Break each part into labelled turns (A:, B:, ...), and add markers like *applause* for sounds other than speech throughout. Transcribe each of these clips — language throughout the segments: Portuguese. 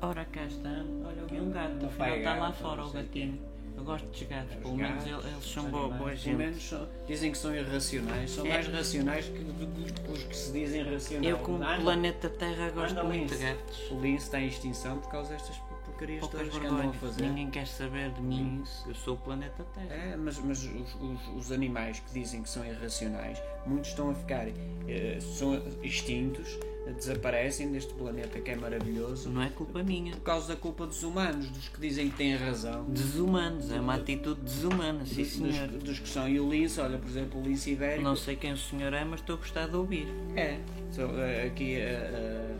A: Ora cá está. Olha, vi um gato.
B: Não
A: Afinal,
B: vai
A: está lá
B: gato,
A: fora
B: não
A: o
B: sei o quê.
A: gatinho. Eu gosto dos gatos,
B: Os
A: pelo menos
B: gatos,
A: ele- eles são
B: os
A: boa, boa
B: animais, Pelo
A: gente.
B: menos são- dizem que são irracionais, são
A: É.
B: mais racionais que do que os que se dizem racionais.
A: Eu, como
B: Nada.
A: planeta Terra, gosto
B: Anda,
A: muito de
B: Lince.
A: gatos.
B: O lince está em extinção por causa destas porcarias
A: Poucas
B: todas que andam a
A: vergonhas.
B: fazer. Hum.
A: Ninguém quer saber de mim. Eu sou o planeta Terra.
B: É, mas, mas os, os- os animais que dizem que são irracionais, muitos estão a ficar, eh, são extintos, desaparecem deste planeta que é maravilhoso,
A: Não é culpa minha.
B: por causa da culpa dos humanos, dos que dizem que têm razão.
A: Desumanos, é uma atitude desumana, sim
B: Dos,
A: senhor.
B: dos- dos que são. E o lince, olha, por exemplo, o lince ibérico.
A: Não sei quem o senhor é, mas estou a gostar de ouvir.
B: É. So, eh, aqui, eh, eh,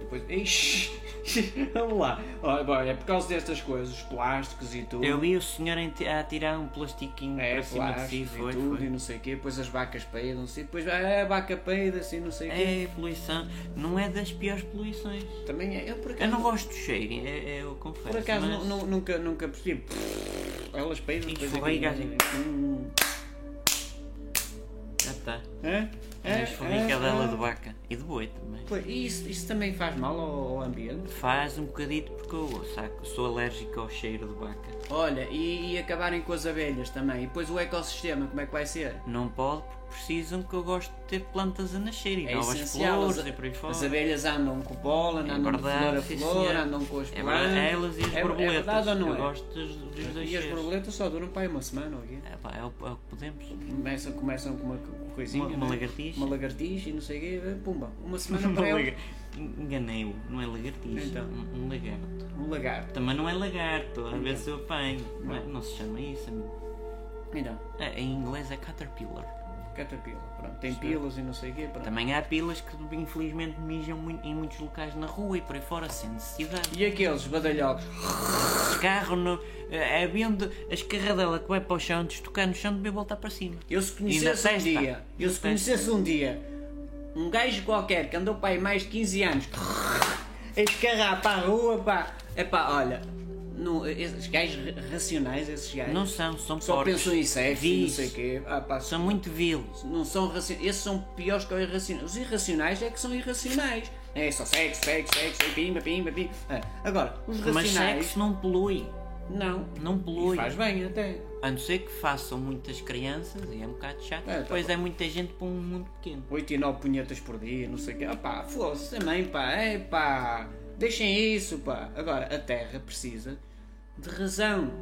B: depois. Ixi! *laughs* Vamos lá. Olha, bom, é por causa destas coisas, os plásticos e tudo.
A: Eu vi o senhor em- a tirar um plastiquinho
B: É,
A: para cima de si,
B: plástico
A: foi,
B: e tudo
A: foi.
B: e não sei o quê, depois as vacas peidam-se, e depois ah, a vaca peida assim, não sei o quê.
A: É poluição, não é das piores poluições.
B: Também é, eu por acaso,
A: Eu não gosto do cheiro, é- é- eu confesso.
B: por acaso
A: mas-
B: nu- nu- nunca, nunca percebi. Elas peidam
A: E
B: depois
A: escorrega
B: aquilo- Hum.
A: Já está.
B: Hã?
A: É,
B: Hã?
A: esforrica
B: Hã?
A: dela
B: Hã?
A: de vaca e de boi também.
B: Pois, e isso, isso também faz mal ao, ao ambiente?
A: Faz um bocadito porque eu saco, sou alérgico ao cheiro de vaca.
B: Olha, e, e acabarem com as abelhas também. E depois o ecossistema, como é que vai ser?
A: Não pode porque precisam que eu gosto de ter plantas a nascer e
B: É
A: novas
B: essencial.
A: flores
B: as,
A: e por aí fora.
B: as abelhas andam com pólen,
A: É
B: andam de flor
A: verdade,
B: a
A: sim,
B: flor,
A: senhora.
B: andam com as
A: É
B: plantas.
A: verdade, elas e as
B: É- é
A: borboletas.
B: verdade ou não
A: eu
B: é?
A: gosto dos, dos dois
B: E as
A: cheiros.
B: borboletas só duram para aí uma semana ou quê?
A: É, pá, é, o, é o que podemos.
B: Começam, começam com uma coisinha.
A: *laughs* Uma- uma
B: né?
A: lagartixa.
B: Uma lagartixa e não sei o quê. Pumba,
A: *laughs*
B: uma semana para ela.
A: Enganei-o, não é lagartixa,
B: Então.
A: um, um lagarto.
B: Um lagarto.
A: Também não é lagarto, às
B: Então.
A: vezes eu apanho. Não, é- não se chama isso, amigo.
B: Então,
A: É, em inglês é caterpillar.
B: catapila. Pronto, tem pilas e não sei o quê. Pronto.
A: Também há pilas que infelizmente mijam mui- em muitos locais na rua e por aí fora sem
B: *laughs*
A: necessidade.
B: E aqueles badalhocos?
A: Carro no. É onde a escarradela que vai para o chão, antes de tocar no chão, devia voltar para cima.
B: Eu se
A: Ainda
B: conhecesse um
A: testa.
B: dia, eu se conhecesse um dia, um gajo qualquer que andou para aí mais de 15 anos a escarrar para a rua, pá. Epá, olha, não, esses gajos ra- racionais, esses gajos,
A: Não são, são
B: só
A: porcos.
B: pensam em sexo e não
A: Vis.
B: sei o quê. Ah, pá,
A: São muito vilos.
B: não são racionais, esses são piores que os irracionais. Os irracionais é que são irracionais. É só sexo, sexo, sexo, e pimba, pimba, pimba. Ah, agora, os
A: Mas
B: racionais,
A: sexo não polui.
B: não.
A: Não polui.
B: E faz bem até.
A: A não ser que façam muitas crianças e é um bocado chato.
B: É, tá
A: depois é muita gente para um mundo pequeno.
B: 8 e 9 punhetas por dia, não sei o quê. Ah pá, foda-se também, pá, é pá, deixem isso, pá. Agora, a Terra precisa de razão.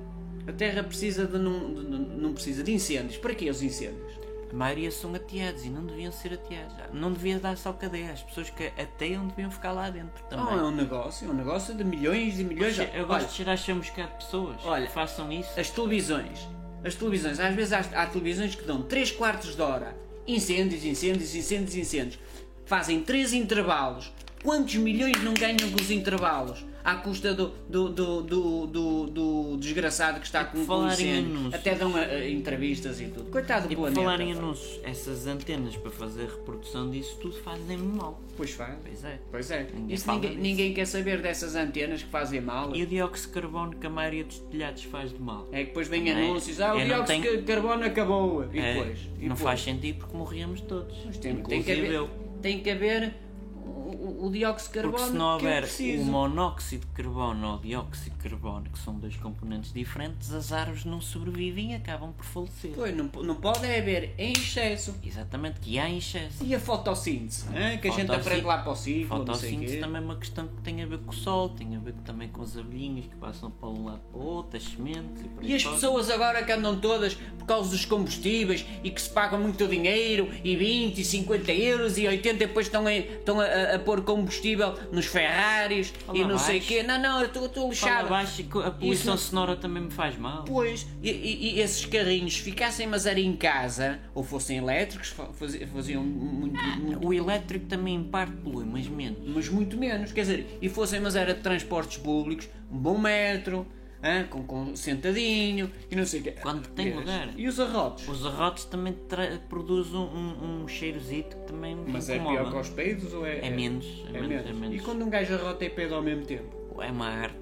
B: A Terra precisa de não, de- de- não precisa de incêndios. Para que os incêndios?
A: A maioria são ateados e não deviam ser ateados. Não devia dar só cadeia. As pessoas que ateiam deviam ficar lá dentro também.
B: Não, é um negócio, é um negócio de milhões e
A: Eu,
B: milhões.
A: che- eu
B: Olha,
A: gosto de cheirar chamuscado de pessoas.
B: Olha,
A: que façam isso.
B: as televisões, as televisões, às vezes há, há televisões que dão 3 quartos de hora, incêndios, incêndios, incêndios, incêndios, fazem 3 intervalos. Quantos milhões não ganham com os intervalos? À custa do, do, do, do, do- do desgraçado que está com com um
A: falar É em
B: incêndio.
A: anúncios.
B: Até dão a- a entrevistas e tudo. Coitado do
A: E por
B: planeta.
A: falar em
B: pá.
A: anúncios, essas antenas para fazer reprodução disso tudo fazem mal.
B: Pois faz.
A: Pois é.
B: Pois é.
A: Ninguém
B: Isso
A: fala
B: Ninguém,
A: disso.
B: ninguém quer saber dessas antenas que fazem mal.
A: E o dióxido de carbono que a maioria dos telhados faz de mal.
B: É que depois vêm
A: Não é?
B: anúncios. Ah, o
A: Eu não
B: dióxido
A: tenho-
B: de carbono acabou. E
A: É,
B: depois? E
A: não
B: depois?
A: faz sentido porque morríamos todos.
B: Mas tem, tem que
A: inclusive
B: haver,
A: eu.
B: tem que haver o, o- o dióxido de carbono
A: Porque se não
B: que é
A: houver
B: preciso.
A: o monóxido de carbono ou dióxido de carbono, que são dois componentes diferentes, as árvores não sobrevivem e acabam por falecer.
B: Pois, não, po- não pode é haver em excesso.
A: Exatamente, que há em excesso.
B: E a fotossíntese, hã? que a gente
A: Fotossí-
B: aprende lá para o ciclo, não sei
A: Fotossíntese
B: quê.
A: também é uma questão que tem a ver com o sol, tem a ver também com as abelhinhas que passam para um lado para o outro, as sementes e por aí
B: E as
A: fora.
B: pessoas agora que andam todas por causa dos combustíveis e que se pagam muito dinheiro, e 20, e 50 euros, e 80, e depois estão, a, estão a, a- a pôr combustível nos Ferraris
A: Fala
B: e não sei o
A: baixo.
B: quê. Não, não, eu estou- estou
A: Fala
B: lixado.
A: baixo, que a poluição
B: não-
A: sonora também me faz mal.
B: Pois, e, e- e esses carrinhos ficassem mas era em casa, ou fossem elétricos, fa- fazi- faziam muito, muito-
A: O elétrico também em parte polui, mas menos.
B: mas muito menos, quer dizer, e fossem mas era de transportes públicos, um bom metro, hã, com, com sentadinho, e não sei o quê. Ah,
A: Quando tem lugar.
B: E os arrotos?
A: Os arrotes também tra- produzem um, um cheirozito que também me
B: Mas é
A: incomoda.
B: pior que aos peidos ou é...
A: É menos, é menos, é menos.
B: E quando um gajo arrota e peido ao mesmo tempo?
A: *laughs* É uma arte.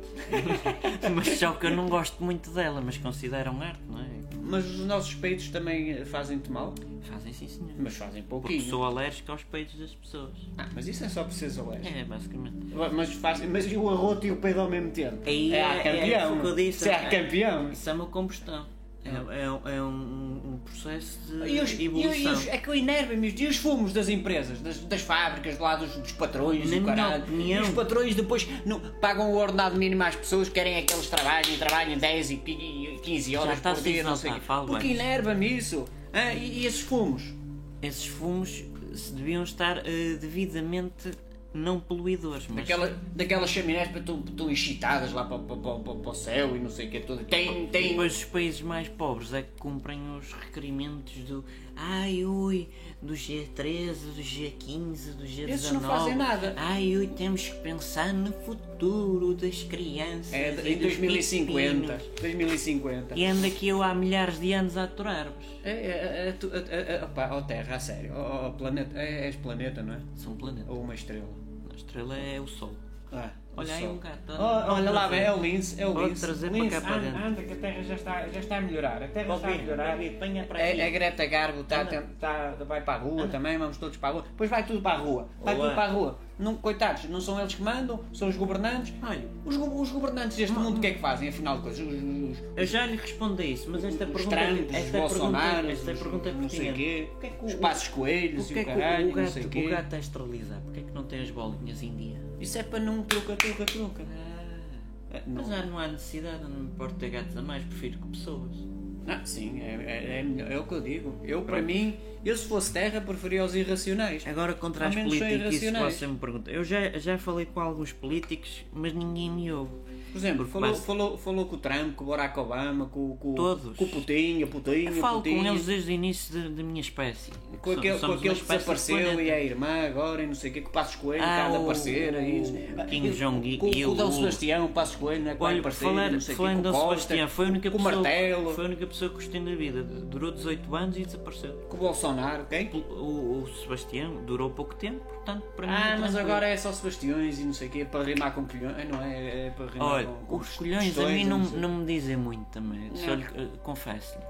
A: mas só que eu não gosto muito dela, mas consideram arte, não é?
B: Mas os nossos peitos também eh, fazem-te mal?
A: Fazem sim, senhor.
B: Mas fazem
A: Porque
B: pouquinho.
A: sou alérgico aos peitos das pessoas.
B: Ah, mas isso é só por seres alérgico.
A: É, basicamente.
B: Mas, faz, mas e o arroto e o peido ao mesmo tempo?
A: Aí
B: é a
A: é- é
B: campeão.
A: o que eu disse,
B: Isso é a
A: é-
B: campeão.
A: Isso é uma combustão. É, é um- é um, um processo de
B: Hum. E os, e,
A: evolução.
B: e os, é que eu enerva-me isto. E os fumos das empresas, das, das fábricas, lá dos, dos patrões
A: Na
B: e o
A: minha
B: caralho.
A: opinião-
B: E os patrões depois não, pagam o ordenado mínimo às pessoas, querem aqueles trabalhos, trabalhem 10 e qui- e 15 horas
A: está
B: por dia,
A: a
B: não sei. o
A: notar,
B: quê.
A: fala,
B: Porque
A: Luís.
B: enerva-me isso. Ah, e, e esses fumos?
A: Esses fumos se deviam estar eh, devidamente não poluidores, mas
B: Daquela, daquelas chaminés para tão, tão excitadas lá para, para, para, para, para o céu e não sei o que todo. Tem,
A: E
B: tem.
A: depois os países mais pobres é que cumprem os requerimentos do ai ui, do G13, do G15, do G19.
B: Esses não fazem nada.
A: Ai ui, temos que pensar no futuro das crianças.
B: É,
A: e
B: em
A: dos
B: 2050.
A: pequeninos.
B: 2050.
A: E ando aqui eu há milhares de anos a aturar-vos.
B: É, é, é, tu- é, é, é, opá, ó Terra, a sério, ó, ó, planeta, é, és planeta, não é?
A: São planetas.
B: Ou uma estrela?
A: A estrela é o Sol.
B: Ah,
A: Olha
B: o
A: aí
B: sol.
A: um gato.
B: Ó, olha lá,
A: Pode
B: bem, é o lince, é o
A: Pode
B: lince.
A: trazer para
B: lince.
A: cá para
B: anda,
A: dentro.
B: anda, que a Terra já está, já está a melhorar, a Terra está a
A: vir,
B: melhorar.
A: pode vir, apanha para
B: A, a
A: aqui.
B: Greta Garbo tá, a ten- tá- vai para a rua também, vamos todos para a rua. Depois vai tudo para a rua, vai
A: Olá.
B: tudo para a rua. Não, coitados, não são eles que mandam, são os governantes.
A: Olha,
B: Os, go- os governantes deste mundo, o que é que fazem, afinal de coisas? Os, os- os-
A: eu já lhe respondo a isso, mas esta
B: os
A: pergunta, é-
B: Trumps, os
A: esta
B: Bolsonaros,
A: pergunta, esta
B: os-
A: pergunta é
B: não sei
A: pertinente.
B: quê,
A: Porquê que o-
B: os passos coelhos
A: Porquê
B: e o
A: é
B: caralho,
A: que o
B: não sei
A: gato,
B: quê.
A: o gato está a esterilizar? Porquê é que não tem as bolinhas em dia?
B: Isso é para não truca, truca, truca.
A: Ah,
B: Não.
A: Mas já não há necessidade, eu não me importo ter gatos a mais, prefiro que pessoas.
B: Não, sim, é, é, é melhor, é o que eu digo. Eu, para mim, eu se fosse terra, preferia os irracionais.
A: Agora contra
B: Ao
A: as
B: menos são
A: políticas, isso que
B: irracionais.
A: você me pergunta. Eu já, já falei com alguns políticos, mas ninguém me ouve.
B: Por exemplo,
A: Porque
B: falou,
A: basta-
B: falou, falou com o Trump, com o Barack Obama, com, com,
A: Todos.
B: com o Putin, a Putin,
A: Eu
B: a
A: falo
B: Putin,
A: com eles desde o início da- da minha espécie.
B: com
A: So-
B: aquele, com
A: somos
B: aquele
A: uma
B: que
A: espécie de
B: desapareceu
A: planeta.
B: e a irmã agora e não sei o quê, que o Passos Coelho
A: Ah,
B: está a
A: o-
B: aparecer aí.
A: o Kim Jong-il,
B: Com, com o Dom
A: o-
B: Sebastião, o Passos Coelho, não é que vai
A: Olha,
B: aparecer,
A: falar,
B: não sei o quê,
A: falando
B: com
A: do
B: o Costa,
A: Sebastião, foi a única
B: com o
A: pessoa,
B: Martelo,
A: foi a única pessoa que gostei na vida. Durou 18 anos e desapareceu.
B: com o Bolsonaro, quem?
A: O, o Sebastião durou pouco tempo, portanto, para mim.
B: Ah, mas
A: tranquilo.
B: agora é só Sebastiões e não sei o quê, para rimar com colhões. Ah, Não é, é para rimar
A: Olha,
B: com, com
A: os colhões a
B: questões,
A: mim não,
B: sei.
A: não me dizem muito também. Só
B: é- Não.
A: lhe eh, confesso-lhe.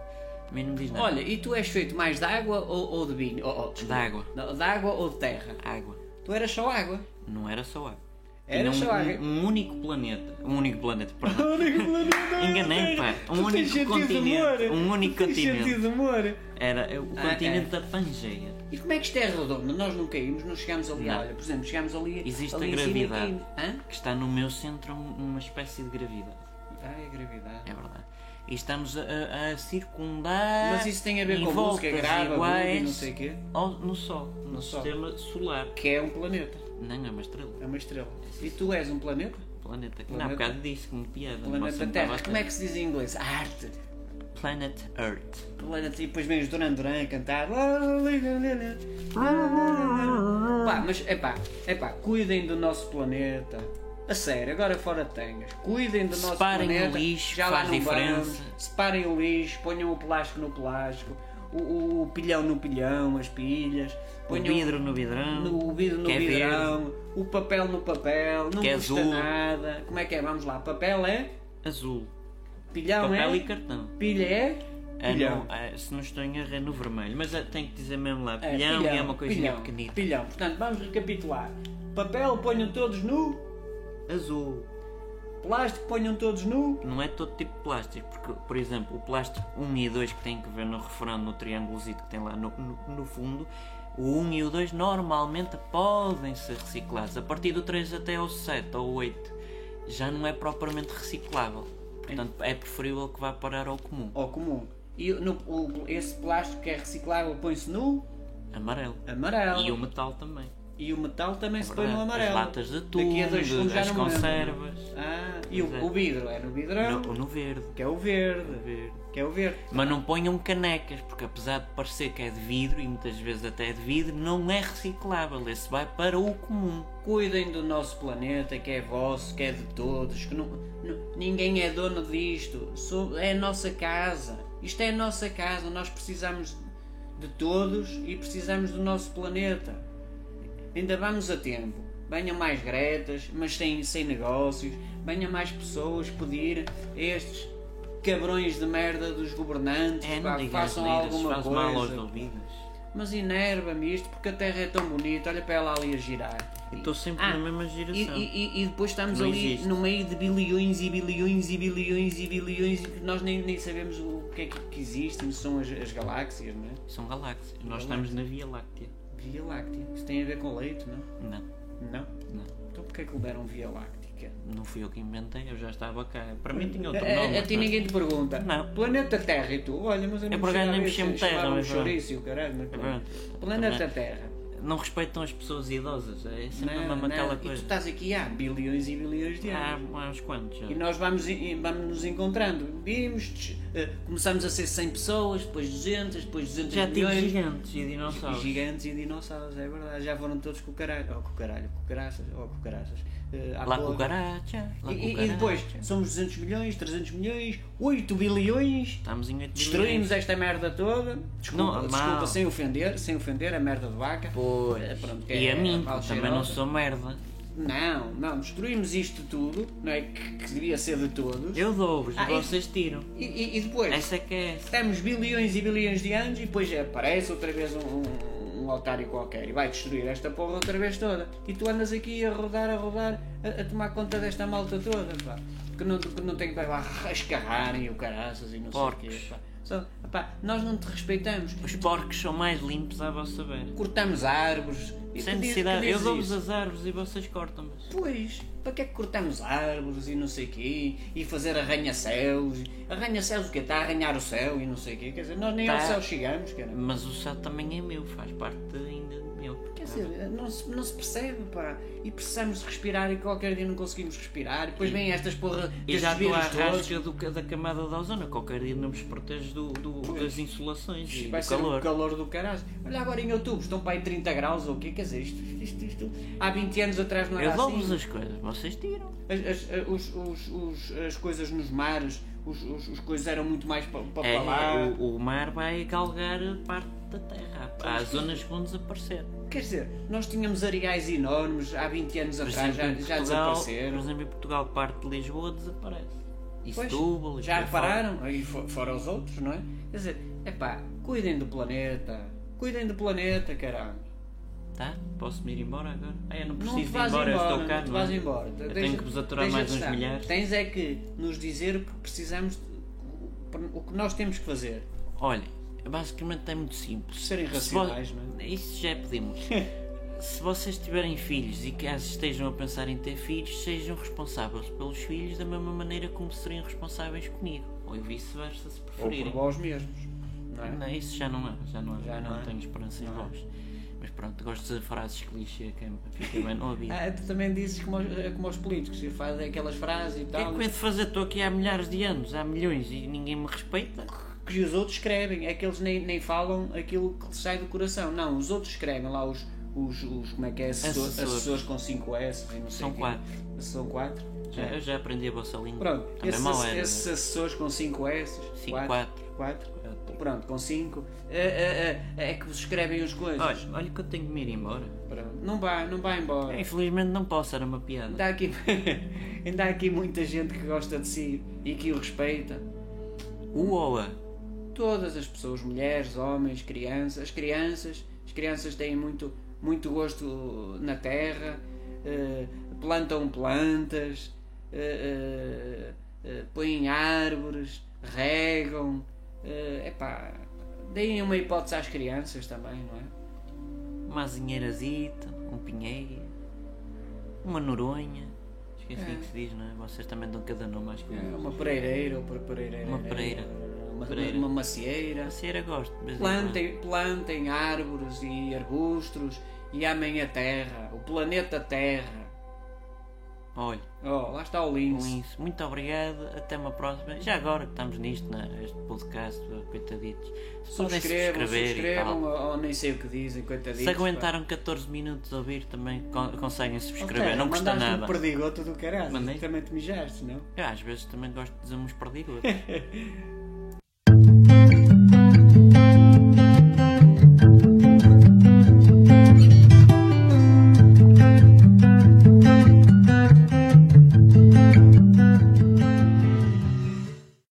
A: A mim não me diz nada.
B: Olha, e tu és feito mais de água ou, ou de vinho? Ou- ou, desculpa,
A: De água.
B: não, De água ou de terra?
A: água.
B: Tu eras só
A: *laughs*
B: água.
A: Não era só água. Tinha
B: Era
A: um,
B: só água.
A: Um, um único planeta. Um único planeta, perdão. Enganei, pá. Um
B: Tu tens
A: único
B: sentido de
A: continente.
B: humor.
A: Um único
B: Tu tens
A: continente.
B: sentido de humor.
A: Era
B: *laughs*
A: eh, o
B: Ah,
A: continente da Pangeia.
B: E como é que isto é redondo? Nós não caímos, não chegámos ali.
A: Não.
B: Olha, por exemplo, chegámos ali.
A: Existe
B: ali
A: a
B: em cima e
A: gravidade.
B: caímos. Hã?
A: Que está no meu centro um- uma espécie de gravidade.
B: Ai, a gravidade.
A: É verdade. E estamos a, a- a circundar.
B: Mas isso tem a ver
A: em
B: com a música é
A: voltas
B: grave,
A: iguais
B: e não sei o quê.
A: ao- no Sol, no,
B: Sol.
A: sistema solar.
B: Que é um planeta.
A: Não é uma estrela. é
B: É uma estrela. E tu és um planeta?
A: Planeta. Não,
B: Planeta.
A: há bocado disse que me piada. não posso
B: Planeta
A: me
B: Terra.
A: dar
B: Como é que se diz em inglês? Arte.
A: bastante. Planet Earth.
B: Planeta. E depois vem os Duran Duran a cantar. Pá, mas é pá, é pá, cuidem do nosso planeta. A sério, agora fora de tangas. Cuidem do nosso
A: Separem o
B: planeta.
A: lixo,
B: já lá
A: faz
B: não
A: diferença.
B: vamos. Separem o lixo, ponham o plástico no plástico, o, o- o pilhão no pilhão, as pilhas.
A: O
B: Ponham
A: vidro no vidrão.
B: no, o vidro no
A: que é
B: vidrão, o papel no papel, não
A: Que é
B: custa
A: azul.
B: nada. Como é que é? Vamos lá, papel é,
A: verde, Azul.
B: pilhão
A: papel
B: é,
A: e cartão.
B: pilha é,
A: Ah,
B: pilhão.
A: não, ah, se não estou em erro, é no vermelho. Mas ah, tenho que dizer mesmo lá.
B: É,
A: Pilhão, e é uma coisinha
B: pilhão,
A: pequenita.
B: Pilhão. Portanto, vamos recapitular. Papel ponham todos nu,
A: Azul.
B: plástico ponham todos nu,
A: Não é todo tipo de plástico, porque, por exemplo, o plástico 1 e 2 que tem que ver no refrão, no triângulozito que tem lá no, no- no fundo, o 1 e o 2 normalmente podem ser reciclados. A partir do 3 até ao 7 ou 8 já não é propriamente reciclável. Portanto, é preferível que vá parar ao comum.
B: ao comum. E no, o- esse plástico que é reciclável põe-se nu,
A: Amarelo.
B: amarelo.
A: E o metal também.
B: E o metal também se põe
A: Verdade.
B: no amarelo.
A: As latas de atum,
B: Daqui a dois segundos já
A: as
B: não me lembro.
A: conservas.
B: Ah, e
A: Pois
B: o,
A: é.
B: o vidro é no vidrão,
A: No, no verde.
B: que é o verde.
A: Verde.
B: Que é o verde.
A: Mas não ponham canecas, porque apesar de parecer que é de vidro, e muitas vezes até é de vidro, não é reciclável. Esse vai para o comum.
B: Cuidem do nosso planeta, que é vosso, que é de todos, que não, não- ninguém é dono disto. So- é a nossa casa. Isto é a nossa casa. Nós precisamos de todos e precisamos do nosso planeta. Ainda vamos a tempo. Venham mais gretas, mas sem, sem negócios. Venham mais pessoas pedir a estes cabrões de merda dos governantes
A: É,
B: pá,
A: não
B: que
A: digas
B: façam
A: neiras,
B: alguma
A: faz
B: coisa.
A: mal aos ouvidos.
B: Mas enerva-me isto porque a terra é tão bonita, olha para ela ali a girar.
A: Eu estou sempre na mesma geração.
B: E, e- e- e depois estamos
A: Não
B: ali
A: existe.
B: no meio de bilhões e bilhões e bilhões e bilhões e que nós nem, nem sabemos o que é que, que existe, são as, as galáxias, não é?
A: São galáxias. Nós
B: Galáxias.
A: estamos na Via Láctea.
B: Via Láctea. Isso tem a ver com leite, não?
A: Não,
B: Não?
A: não.
B: Então porquê é que lhe deram Via Láctea?
A: Não fui eu que inventei, eu já estava cá. Para mim tinha outro
B: A- a-
A: nome.
B: É, a, ti
A: mas-
B: ninguém te pergunta.
A: Não.
B: Planeta Terra e tu? Olha, mas eu não
A: por acaso nem me chamo Terra, mas pronto.
B: chouriço, caralho, mas pronto.
A: pronto.
B: Planeta
A: Também-
B: Terra.
A: Não respeitam as pessoas idosas. É sempre a
B: Não,
A: mesma aquela
B: não. E tu
A: coisa.
B: estás aqui há bilhões e bilhões de
A: Há,
B: anos.
A: há uns quantos já.
B: E nós vamos, e vamos nos encontrando. Vimos, des- eh, começamos a ser 100 pessoas, depois 200, depois 200
A: Já tive
B: milhões.
A: gigantes e
B: E
A: dinossauros.
B: gigantes e dinossauros, é verdade. Já foram todos com o caralho. Oh, com o caralho, com caraças, oh, com caraças. Eh, há
A: Lá
B: pouco-
A: com o caracha, lá
B: E,
A: com o
B: e-
A: caracha.
B: e depois, somos 200 milhões, 300 milhões, 8 bilhões.
A: Estamos em 8
B: Destruímos esta merda toda. Desculpa,
A: Não,
B: desculpa,
A: mal.
B: sem ofender, sem ofender a merda de vaca. É,
A: Pois.
B: pronto,
A: E
B: é-
A: a mim,
B: vale
A: porque também não
B: cheirosa.
A: sou merda.
B: Não, não, destruímos isto tudo, não é? Que, que devia ser de todos.
A: Eu dou-vos
B: Ah,
A: e vocês tiram.
B: E, e- e depois,
A: Essa é que é essa.
B: estamos bilhões e bilhões de anos e depois é, aparece outra vez um, um, um otário qualquer e vai destruir esta porra outra vez toda. E tu andas aqui a rodar, a rodar, a, a tomar conta desta malta toda, pá. Que não, que não tem que vai lá escarrarem o caraças e não sei o quê,
A: Porcos.
B: pá. Só- pá, nós não te respeitamos.
A: Os porcos são mais limpos a vosso saber.
B: Cortamos árvores. E
A: Sem
B: que diz-
A: necessidade.
B: que
A: Eu
B: dizes
A: dou-vos
B: isso?
A: as árvores e vocês cortam-me.
B: Pois, para que é que cortamos árvores e não sei quê, e fazer arranha-céus? Arranha-céus o quê? Está a arranhar o céu e não sei quê. Quer dizer, nós nem
A: Tá.
B: ao céu chegamos, cara.
A: Mas o céu também é meu, faz parte ainda de meu.
B: Quer dizer, não se, não se percebe, pá. E precisamos de respirar e qualquer dia não conseguimos respirar. E depois vêm estas porra
A: E já estou à
B: destes vírus todos.
A: rasca do ca- da camada de ozono. Qualquer dia não vos protege do, do- das insolações e
B: Vai
A: do
B: ser o
A: calor.
B: calor do caralho. Olha agora em outubro, estão para aí 30 graus ou o quê? Quer dizer, isto, isto, isto, há 20 anos atrás não era
A: Eu dou-vos
B: assim.
A: as coisas, vocês tiram.
B: As, as- eh, os- os- os- as coisas nos mares, os, os- os coisas eram muito mais para pa,
A: É,
B: para lá.
A: o, o mar vai galgar parte da terra. Há, há zonas que vão desaparecer.
B: Quer dizer, nós tínhamos areais enormes há 20 anos
A: Por
B: atrás, já,
A: exemplo, em
B: já
A: Portugal,
B: desapareceram.
A: Por exemplo, em Portugal, parte de Lisboa desaparece. E
B: Pois,
A: Setúbal, é e
B: já
A: por aí fora.
B: repararam? E fo- fora os outros, não é? Quer dizer, epá, cuidem do planeta. Cuidem do planeta, caralho.
A: Tá? Posso-me ir embora agora? Ah, eu não
B: Não
A: preciso
B: te
A: ir
B: vás
A: embora,
B: embora,
A: eu estou cá.
B: não te
A: é?
B: vás embora.
A: Eu
B: Deixa-
A: tenho que vos aturar
B: deixa
A: mais
B: de
A: uns
B: estar.
A: milhares.
B: Tens é que nos dizer o que precisamos, de- o que nós temos que fazer.
A: Olha, basicamente é muito simples.
B: Serem
A: Se vo-
B: racionais, não é?
A: Isso já é
B: *laughs*
A: pedimos. Se vocês tiverem filhos e caso estejam a pensar em ter filhos, sejam responsáveis pelos filhos da mesma maneira como seriam responsáveis comigo. Ou vice-versa, se
B: Ou por
A: preferirem.
B: vós mesmos, não é?
A: Não, isso já não é, já não é.
B: Já não
A: não
B: é.
A: tenho esperança em
B: Não é.
A: vós. Mas pronto, gosto de frases clichê que é- fica bem no
B: *laughs*
A: ouvido.
B: Ah, tu também dizes como, aos- como aos políticos, e faz aquelas frases e
A: O que é
B: tal.
A: que eu hei de fazer? Estou aqui há milhares de anos, há milhões e ninguém me respeita.
B: que os outros escrevem, é que eles nem, nem falam aquilo que lhes sai do coração. Não, os outros escrevem lá os, os, os como é que é, assessor-
A: Assessores.
B: assessores com 5 S e não sei
A: São
B: o quê.
A: quatro.
B: São 4.
A: Já, Eu já aprendi a vossa língua.
B: É. Pronto,
A: Também é
B: esses,
A: mal era.
B: esses assessores com 5 S,
A: Sim,
B: 4,
A: né? quatro.
B: 4, pronto, com 5, é, é, é que vos escrevem as coisas.
A: Olha, É. olha que eu tenho que me ir embora.
B: Pronto, Não vá, não vá embora.
A: Infelizmente não posso, era uma piada.
B: Ainda há, aqui, *laughs* ainda há aqui muita gente que gosta de si e que o respeita.
A: O ou a?
B: todas as pessoas, mulheres, homens, crianças, as crianças, as crianças têm muito, muito gosto na terra, eh, plantam plantas, eh, eh, eh, põem árvores, regam, é epá, deem uma hipótese às crianças também, não é?
A: Uma azinheirazita, um pinheiro, uma noronha. Esqueci o que se diz, não é? Vocês também dão cada nome
B: É.
A: às coisas.
B: Uma pereireira ou per- pereireira.
A: Uma pereira.
B: Uma,
A: Pereira.
B: uma macieira.
A: A cera Assim gosto. de vez em quando.
B: Plantem, plantem árvores e arbustos e amem a terra, o planeta Terra.
A: Olha,
B: Oh, lá está o Lins.
A: com isso, muito obrigado. Até uma próxima. Já agora que estamos nisto, né? este podcast, coitaditos. Se podem se
B: Subscrevam,
A: inscrever e tal.
B: subscrevam, ou, ou nem sei o que dizem, coitadinhos.
A: Se aguentaram 14 minutos a ouvir, também con- conseguem subscriber, não custa
B: Um
A: nada.
B: perdigoto do caralho.
A: Mandei.
B: Também te mijaste, não?
A: Eu às vezes também gosto de dizer uns perdigotes.